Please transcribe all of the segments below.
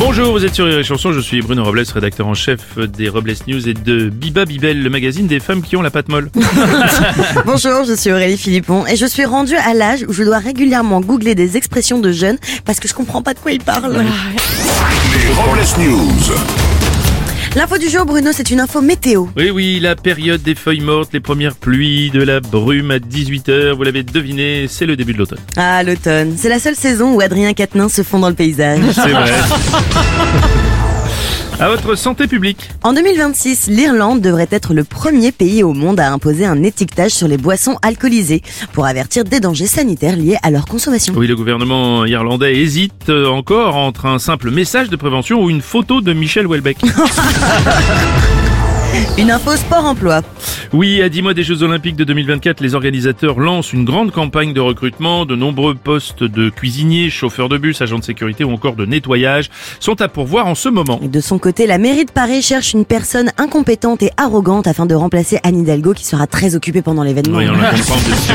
Bonjour, vous êtes sur Rire et Chanson, je suis Bruno Robles, rédacteur en chef des Robles News et de Biba Bibel, le magazine des femmes qui ont la patte molle. Bonjour, je suis Aurélie Philippon et je suis rendue à l'âge où je dois régulièrement googler des expressions de jeunes parce que je comprends pas de quoi ils parlent. Les Robles News. L'info du jour, Bruno, c'est une info météo. Oui, oui, la période des feuilles mortes, les premières pluies, de la brume à 18h, vous l'avez deviné, c'est le début de l'automne. Ah, l'automne. C'est la seule saison où Adrien Quatennin se fond dans le paysage. C'est vrai. À votre santé publique. En 2026, l'Irlande devrait être le premier pays au monde à imposer un étiquetage sur les boissons alcoolisées pour avertir des dangers sanitaires liés à leur consommation. Oui, le gouvernement irlandais hésite euh, encore entre un simple message de prévention ou une photo de Michel Houellebecq. Une info sport emploi. Oui, à 10 mois des Jeux Olympiques de 2024, les organisateurs lancent une grande campagne de recrutement. De nombreux postes de cuisiniers, chauffeurs de bus, agents de sécurité ou encore de nettoyage sont à pourvoir en ce moment. De son côté, la mairie de Paris cherche une personne incompétente et arrogante afin de remplacer Anne Hidalgo qui sera très occupée pendant l'événement. Oui, on la comprend, bien sûr.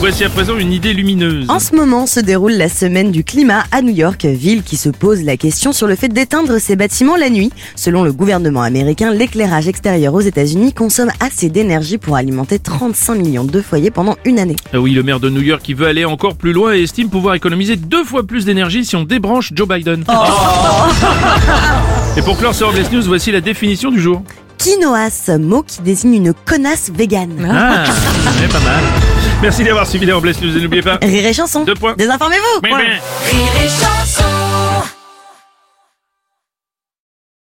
Voici à présent une idée lumineuse. En ce moment se déroule la semaine du climat à New York, ville qui se pose la question sur le fait d'éteindre ses bâtiments la nuit. Selon le gouvernement américain, l'éclairage extérieur aux États-Unis consomme assez d'énergie pour alimenter 35 millions de foyers pendant une année. Ah Oui, le maire de New York qui veut aller encore plus loin et estime pouvoir économiser deux fois plus d'énergie si on débranche Joe Biden. Oh. et pour clore ce Robles News, voici la définition du jour. Quinoas, mot qui désigne une connasse végane. Ah, c'est pas mal. Merci d'avoir suivi les Robles News et n'oubliez pas... Rire et chanson. Deux points. Désinformez-vous. Point. Rire et chanson